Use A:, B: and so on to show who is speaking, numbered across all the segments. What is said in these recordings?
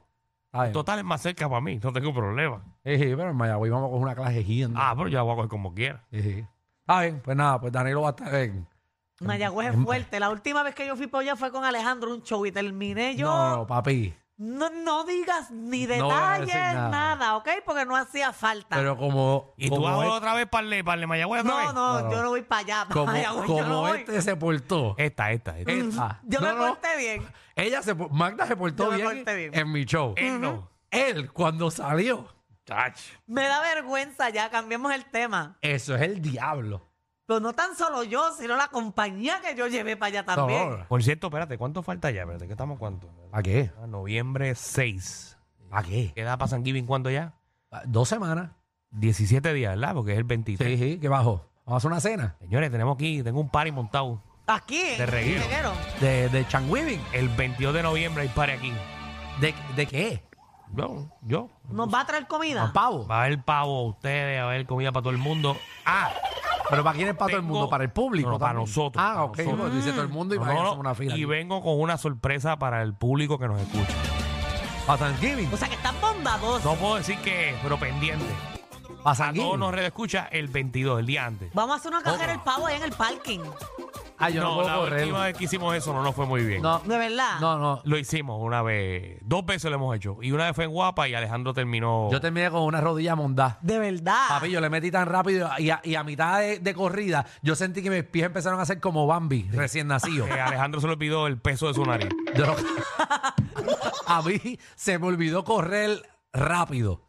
A: Total es más cerca para mí. No tengo problema.
B: pero en Mayagüey vamos a coger una clase gigante.
A: Ah, pero yo la voy a coger como quiera.
B: Ejí. Está bien, pues nada, pues Danilo va a estar en...
C: Mayagüez es fuerte. La última vez que yo fui para allá fue con Alejandro, un show, y terminé yo.
B: No, no, papi.
C: No, no digas ni
B: No voy a decir
C: detalles, nada.
B: nada.
C: ¿ok? Porque no hacía falta.
B: Pero como...
A: ¿Y tú
B: como
A: vas a
B: es-
A: otra vez para el, para el Mayagüez otra
C: no,
A: vez?
C: no,
B: No, no.
C: yo no voy para allá. para
B: este, como,
C: Mayagüez, yo
B: como
C: no voy.
B: este se portó.
A: Esta, esta, esta. Ah,
B: Esta.
C: Yo
B: No,
C: me
B: no.
C: porté bien.
B: Ella se... por- Magda se portó
C: Yo me
B: bien,
C: porté bien.
B: en mi show.
A: Él no.
B: Él, cuando salió,
A: Chach.
C: Me da vergüenza ya, cambiemos el tema.
B: eso es el diablo.
C: Pero no tan solo yo, sino la compañía que yo llevé para allá también.
B: No.
A: Por cierto, espérate, ¿cuánto falta ya? Espérate, ¿qué estamos cuánto?
B: ¿A qué?
A: Ah, noviembre 6.
B: ¿A qué?
A: ¿Queda para San Giving cuánto ya?
B: Dos semanas.
A: 17 días, ¿verdad? Porque es el 23.
B: Sí, sí, que bajo. Vamos a hacer una cena
A: Señores, tenemos aquí, tengo un party montado.
C: Aquí, en
A: De reguero.
C: Reguero.
B: de, de Changuiving.
A: El 22 de noviembre hay party aquí.
B: ¿De, ¿De qué?
A: Yo, yo.
C: ¿Nos va a traer comida?
B: ¿Con pavo?
A: Va a haber pavo a ustedes, va a haber comida para todo el mundo. Ah,
B: ¿Pero para quién es para todo el
A: Tengo-
B: mundo? ¿Para el público?
A: No, no, para
B: también?
A: nosotros,
B: Ah,
A: para
B: ok.
A: nosotros.
B: bueno, dice todo el mundo y
A: no,
B: para
A: no,
B: eso
A: no.
B: una fila.
A: y vengo con una sorpresa para el público que nos escucha.
B: ¿Para Thanksgiving?
C: O
A: Ah,
C: sea que están bondadosos.
A: No puedo decir que es, pero pendiente.
B: ¿Para
A: A todos
B: Thanksgiving?
A: nos redescucha el 22, el día antes.
C: Vamos a hacer una cajera
B: Ojo.
C: el pavo ahí en el parking.
B: Ah, yo no, puedo
A: la
B: correr.
A: última vez que hicimos eso no nos fue muy bien.
B: No,
C: De verdad.
B: no, no.
A: Lo hicimos una vez, dos veces lo hemos hecho. Y una vez fue en Guapa y Alejandro terminó.
B: Yo terminé con una rodilla mondá.
C: De verdad.
B: Papi, yo le metí tan rápido y a, y a mitad de, de corrida yo sentí que mis pies empezaron a hacer como Bambi, recién nacido.
A: Eh, Alejandro se le olvidó el peso de su nariz.
B: Yo no- a mí se me olvidó correr rápido.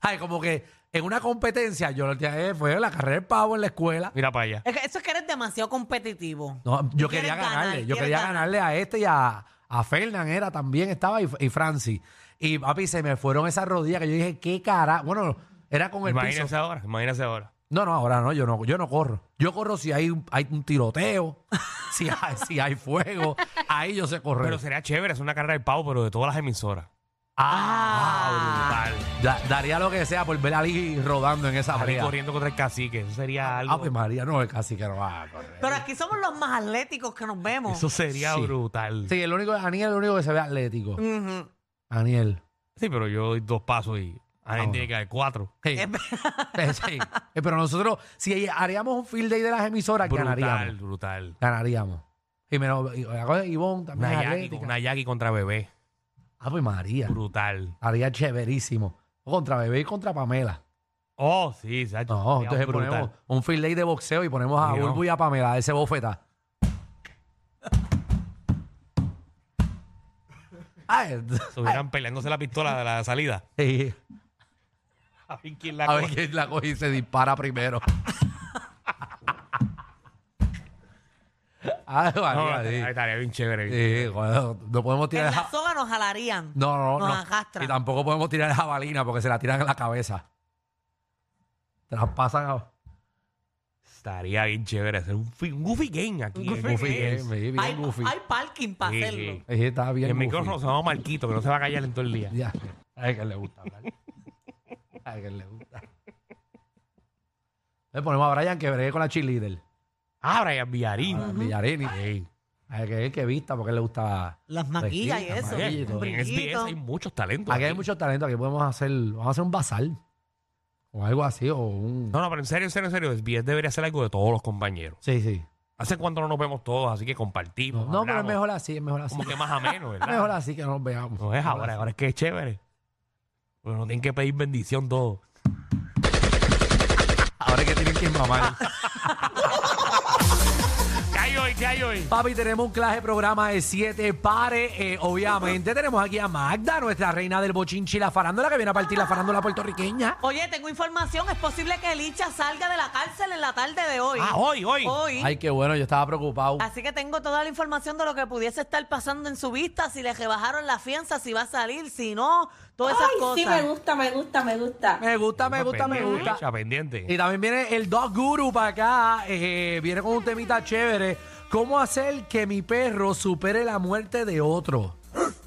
B: Ay, como que en una competencia, yo lo que fue la carrera del pavo en la escuela.
A: Mira para allá.
C: Es que eso es que eres demasiado competitivo.
B: No, yo
C: Quieres
B: quería
C: ganar,
B: ganarle, yo
C: quieres
B: quería
C: ganar.
B: ganarle a este y a, a Fernan era también estaba y, y Francis. Y papi, se me fueron esas rodillas que yo dije, qué cara. Bueno, Era con el piso.
A: Imagínense ahora, imagínense ahora.
B: No, no, ahora no yo, no, yo no corro. Yo corro si hay un, hay un tiroteo, si hay, si hay fuego, ahí yo sé correr.
A: Pero sería chévere, es una carrera de pavo, pero de todas las emisoras.
B: ah,
A: brutal.
B: Da- daría lo que sea por ver a Lee rodando en esa
A: Salir
B: brea.
A: corriendo contra el cacique, eso sería algo.
B: Ave María, no, casi que no va a correr.
C: Pero aquí somos los más atléticos que nos vemos.
A: eso sería
B: Sí.
A: brutal. Sí.
B: Sí, el único, Aniel es el único que se ve atlético.
A: Mm.
C: Ujú.
B: Aniel.
A: pero yo doy dos pasos y a
B: Ah,
A: alguien tiene que dar cuatro.
B: Sí. Eh, sí. Eh, Pero nosotros, si haríamos un field day de las emisoras,
A: Brutal,
B: ganaríamos.
A: brutal.
B: Ganaríamos. Y menos, y- la cosa de Ivonne también. es
A: Nayaki,
B: atlética.
A: Nayaki contra bebé.
B: Ave María.
A: Brutal.
B: Haría chéverísimo. Contra Bebé y contra Pamela.
A: Oh, sí, Sacho.
B: No,
A: sería
B: entonces
A: brutal.
B: ponemos un field day de boxeo y ponemos a
A: Sí,
B: Bulbu
A: ¿no?
B: y a Pamela ese bofeta. Ay,
A: Estuvieran peleándose la pistola de la salida.
B: Ah, sí.
A: A ver quién la
B: a ver
A: coge.
B: quién la coge y se dispara primero. Ay,
A: No,
B: Ah, María, sí.
A: estaría- estaría bien chévere.
B: Sí, bueno, no podemos
C: En
B: tirar.
C: la
B: ja-
C: soga nos jalarían.
B: No, no, no.
C: nos arrastran.
B: Y tampoco podemos tirar jabalina porque se la tiran en la cabeza. Traspasan a.
A: Estaría bien chévere hacer un, fi- un goofy game aquí.
B: Goofy, game, sí, bien
C: hay,
B: goofy.
C: hay parking para
A: Sí,
C: hacerlo.
A: sí.
B: Sí, está
A: Y
B: bien.
A: el
B: goofy.
A: micrófono se llama Marquito, que no se va a callar en todo el día.
B: Ya. Ay, que le gusta hablar. Ay, que le gusta. Le ponemos a Brian que bregue con la cheerleader.
A: Ah, Brian Villarín.
B: A Villarini.
A: Sí.
B: Ay, que él que vista porque le gusta.
C: Las maquillas y
B: Vestida,
C: eso.
B: maquilla y
A: Oye,
B: todo.
C: Un
A: En SBS
C: brillito.
A: hay muchos talentos.
B: Aquí hay
A: aquí.
B: mucho talento. Aquí podemos hacer. Vamos a hacer un bazar. O algo así. O un.
A: No, no, pero en serio, en serio, en serio. SBS debería ser algo de todos los compañeros.
B: Sí, sí.
A: Hace cuánto no nos vemos todos, así que compartimos.
B: No, no, pero es
A: hablamos.
B: mejor así. Es mejor así.
A: Como que más ameno, ¿verdad?
B: Mejor así que no nos veamos.
A: No es ahora, ahora es que es chévere. Pero no tienen que pedir bendición todos.
B: Ahora es que tienen que mamar.
A: ¿Qué hay hoy? ¿Qué hay hoy?
B: Papi, tenemos un clase de programa de siete pares. eh, obviamente tenemos aquí a Magda, nuestra reina del bochinchi y la farándula, que viene a partir la farándula puertorriqueña.
C: Oye, tengo información. Es posible que Licha salga de la cárcel en la tarde de hoy.
A: Ah, hoy, hoy.
C: Hoy.
B: Ay, qué bueno, yo estaba preocupado.
C: Así que tengo toda la información de lo que pudiese estar pasando en su vista, si le rebajaron la fianza, si va a salir, si no, todas esas
D: Ay,
C: cosas.
D: sí, me gusta, me gusta, me gusta.
B: Me gusta, me gusta, me
A: Pendiente,
B: gusta.
A: mucha pendiente. Eh,
B: Y también viene el Dog Guru para acá, eh, viene con un temita chévere. ¿Cómo hacer que mi perro supere la muerte de otro?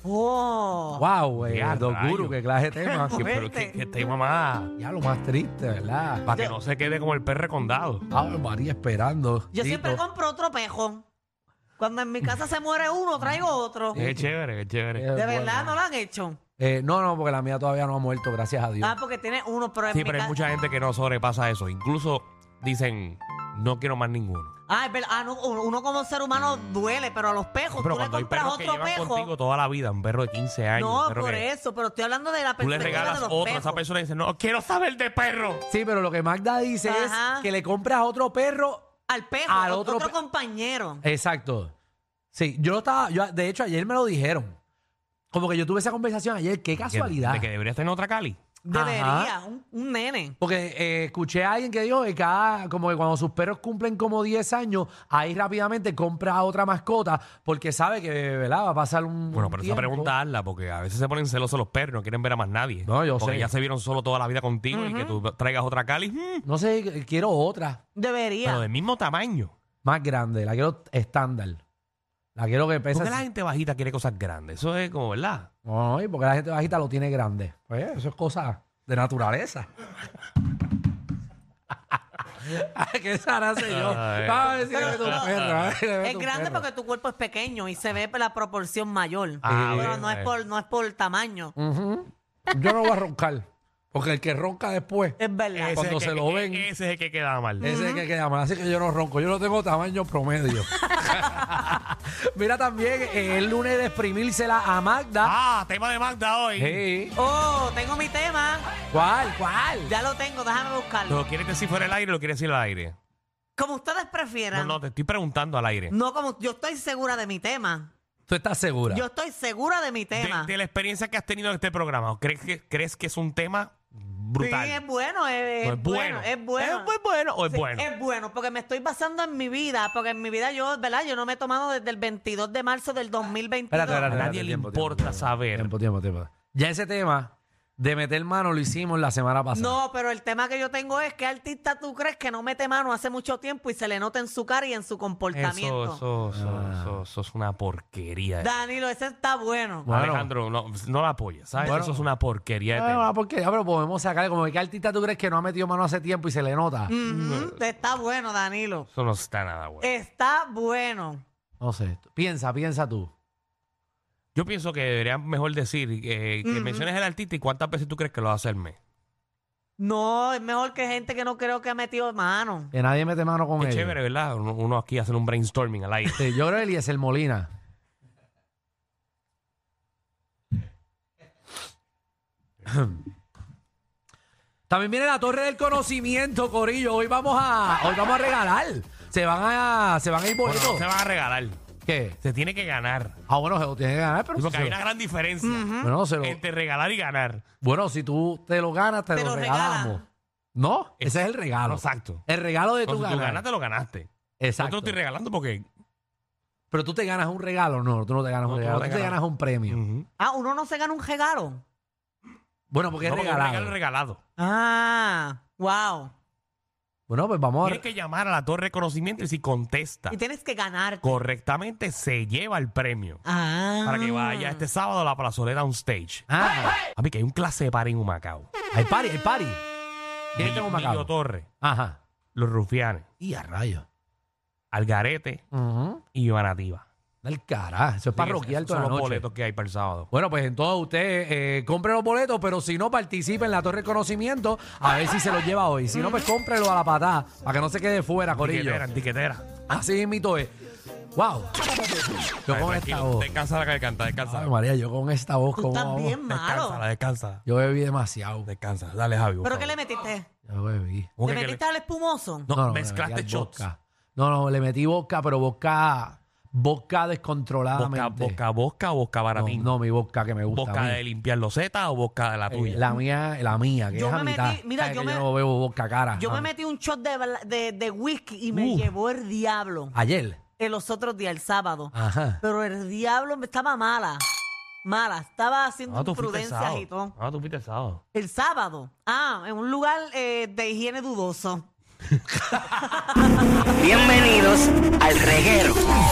C: Oh.
B: Wow, eh,
A: Ya,
B: Dog
A: rayo.
B: Guru, que clase de tema.
A: Sí, pero es que, que esta mamá,
B: ya lo más triste, ¿verdad?
A: para que no se quede como el perro condado.
B: Ave María esperando.
C: Yo siempre
B: Tito.
C: compro otro pejo. Cuando en mi casa se muere uno, traigo otro. De
A: Es chévere, es chévere.
B: Eh,
C: verdad, no lo han hecho.
B: Eh, no, no, porque la mía todavía no ha muerto, gracias a Dios.
C: Ah, porque tiene uno, pero en
A: Sí,
C: mi
A: pero hay
C: casa.
A: mucha gente que no sobrepasa eso. Incluso dicen, no quiero más ninguno.
C: Ah, es verdad. Ah, no, uno uno como ser humano duele, pero a los pejos
A: Mm. Pero
C: tú le
A: cuando hay
C: compras
A: perros que
C: otro
A: llevan contigo
C: pejo.
A: toda la vida, un perro de 15 años. un
C: No,
A: perro
C: por
A: que-
C: eso, pero estoy hablando de la
A: Tú le
C: perspectiva
A: regalas
C: de los
A: otro a
C: pejos.
A: esa persona y dice, no, quiero saber de perro.
B: Sí, pero lo que Magda dice
C: Ajá.
B: es que le compras otro perro.
C: Al pejo,
B: Al otro
C: otro,
B: pe-
C: compañero.
B: Exacto. Sí, yo lo estaba, yo, de hecho ayer me lo dijeron. Como que yo tuve esa conversación ayer, qué casualidad.
A: De que deberías tener otra Cali.
C: Debería, un, un nene.
B: Porque eh, escuché a alguien que dijo que cada, como que cuando sus perros cumplen como 10 años, ahí rápidamente compra otra mascota porque sabe que, ¿verdad? Va a pasar un
A: Bueno, pero esa
B: tiempo.
A: pregunta hazla, porque a veces se ponen celosos los perros, no quieren ver a más nadie.
B: No, yo
A: porque
B: sé.
A: ya se vieron solo toda la vida contigo y que tú traigas otra Cali, mm,
B: No sé, quiero otra
A: pero
C: Debería.
A: del mismo tamaño.
B: más grande, la quiero estándar. La quiero que pese
A: ¿Por qué la gente bajita quiere cosas grandes? Eso es como, ¿verdad?
B: No, y porque la gente bajita lo tiene grande. Pues eso es cosa de naturaleza. Ay, qué Sara sé yo.
A: Ay.
B: Vamos a decir
C: Pero
B: que tu
C: no,
B: perra. ay, le ve
C: Es
B: tu
C: grande
B: perra.
C: porque tu cuerpo es pequeño y se ve la proporción mayor.
A: Ah,
C: pero
A: bueno, Mm.
C: no es,
A: eh.
C: por, no es por tamaño.
B: Ujú. Yo no voy a roncar. Porque el que ronca después,
C: Es verdad.
B: Cuando
A: es el
B: se
A: que-
B: lo ven.
A: e, Ese es el que queda mal.
B: ese es el que queda mal. Así que yo no ronco. Yo no tengo tamaño promedio. Mira también eh, el lunes de exprimírsela a Magda.
A: Ah, tema de Magda hoy.
B: Sí.
C: Oh, tengo mi tema.
B: ¿Cuál? ¿Cuál?
C: Ya lo tengo, déjame buscarlo.
A: ¿Lo quieres decir fuera del aire o lo quieres decir al aire?
C: Como ustedes
A: No,
C: prefieran.
A: no, te estoy preguntando al aire.
C: No, como yo estoy segura de mi tema.
B: ¿Tú estás segura?
C: Yo estoy segura de mi
A: De,
C: tema.
A: de la experiencia que has tenido en este programa, ¿crees que, crees que es un tema brutal?
C: Sí, es bueno, es,
A: No,
C: es bueno, es bueno.
A: ¿Es muy bueno o es
C: Sí,
A: bueno?
C: Es bueno, porque me estoy basando en mi vida, porque en mi vida yo, ¿verdad? Yo no me he tomado desde el 22 de marzo del 2022.
B: Espérate, espérate,
A: A nadie
B: espérate,
A: le
B: tiempo,
A: importa
B: tiempo,
A: saber.
B: Tiempo, tiempo, tiempo. Ya ese tema de meter mano lo hicimos la semana pasada.
C: No, pero el tema que yo tengo es qué artista tú crees que no mete mano hace mucho tiempo y se le nota en su cara y en su comportamiento.
A: Eso, eso, eso,
B: Ah.
A: eso, eso es una porquería.
C: Danilo, ese está bueno.
B: Bueno.
A: Alejandro, no, no la apoyes, ¿sabes?
B: Bueno.
A: Eso es una porquería. de
B: Ah,
A: tema.
B: no, porque ya, pero podemos sacarle como qué artista tú crees que no ha metido mano hace tiempo y se le nota.
A: Mm.
C: Ujú, Está bueno, Danilo.
A: Eso no está nada bueno.
C: Está bueno.
B: No sé. Piensa, piensa tú.
A: Yo pienso que deberían mejor decir eh, que menciones el artista y cuántas veces tú crees que lo hace el mes.
C: No, es mejor que gente que no creo que ha metido mano.
B: Que nadie mete mano con
A: Qué
B: él.
A: chévere, ¿verdad? Uno, uno aquí hacer un brainstorming al aire.
B: Sí, yo creo que Eliezer Molina. También viene la Torre del Conocimiento, Corillo. Hoy vamos a, hoy vamos a regalar. Se van a, se van a ir
A: Bueno,
B: boletos.
A: no se van a regalar.
B: ¿Qué?
A: Se tiene que ganar.
B: Ah, bueno, se lo tiene que ganar, pero
A: Sí, Porque
B: se
A: hay
B: lo-
A: una gran diferencia
B: bueno, se lo-
A: entre regalar y ganar.
B: bueno, si tú te lo ganas, te,
C: Te
B: lo,
C: lo
B: regalamos.
C: regalan.
B: No,
A: Es-
B: ese es el regalo.
A: Exacto.
B: El regalo de
A: No,
B: tu
A: si tú
B: ganas.
A: ganaste, lo ganaste. No te
B: Exacto.
A: lo estoy regalando porque.
B: Pero tú te ganas un regalo. No, tú no te ganas
A: No,
B: un
A: tú no
B: regalo. Tú
A: te Mm.
B: te,
A: ganas.
B: ganas un premio.
A: Ujú.
C: Ah, uno no se gana un regalo.
B: Bueno, porque
A: No,
B: es
A: porque un
B: regalado.
A: regalo es regalado.
C: Ah, wow.
B: Bueno, pues vamos a.
A: Tienes que llamar a la torre de conocimiento y si contesta
C: Y tienes que ganar.
A: correctamente, se lleva el premio.
C: Ah.
A: Para que vaya este sábado a la plazoleta on stage.
B: Ah,
A: A mí que hay un clase de par en Humacao.
B: hay party, hay party. ¿Quién
A: Mill-
B: tengo
A: Millo
B: Macao?
A: Torre,
B: Ajá.
A: Los Rufianes,
B: Y a rayos.
A: Algarete
B: Ujú.
A: y Ivanativa.
B: Del carajo. Eso es parroquial
A: Son
B: toda la
A: los
B: noche.
A: boletos que hay para el sábado.
B: Bueno, pues entonces usted eh, compre los boletos, pero si no, participe en la Torre de Conocimiento a ver si se los lleva hoy. Si no, pues cómprelo a la patada para que no se quede fuera, Corillo.
A: Tiquetera, tiquetera.
B: Así mismo es. ¡Wow! Yo
A: pues,
B: con esta voz.
A: Descansa la canta, descansa.
B: Ay, María, yo con esta voz,
C: Tú
B: ¿cómo
C: estás
B: vamos?
C: bien
A: Descansa,
C: malo.
A: descansa.
B: Yo bebí demasiado.
A: Descansa. Dale, Javi. por
C: ¿Pero qué le
A: favor.
C: metiste?
B: Yo bebí.
A: ¿Cómo
C: ¿Le
A: que qué
C: metiste al espumoso?
A: No,
B: No, no,
A: mezclaste
B: le metí al
A: shots.
B: vodka. No, no, le metí vodka, pero vodka, vodka descontroladamente.
A: Boca, boca, boca, boca
B: No,
A: baratín.
B: no, mi vodka que me gusta.
A: boca
B: a mí.
A: de limpiar los Z o boca de la
B: Eh,
A: tuya.
B: La mía, la mía, que
C: Yo
B: es a
C: me
B: mitad.
C: metí- mira,
B: Sabes
C: yo
B: que
C: me-
B: no bebo vodka cara.
C: Yo me
B: Ah,
C: metí un shot de, bla- de, de whisky y me
B: Uh.
C: llevó el diablo.
B: Ayer.
C: En los otros días, el sábado.
A: Ah.
B: Ajá.
C: Pero el diablo me estaba mala. Mala. Estaba haciendo
A: No, Ah, tú fuiste el
C: imprudencias
A: sábado.
C: y todo.
A: No, tú fuiste el sábado.
C: El sábado. Ah, en un lugar eh, de higiene dudoso.
E: Bienvenidos al reguero.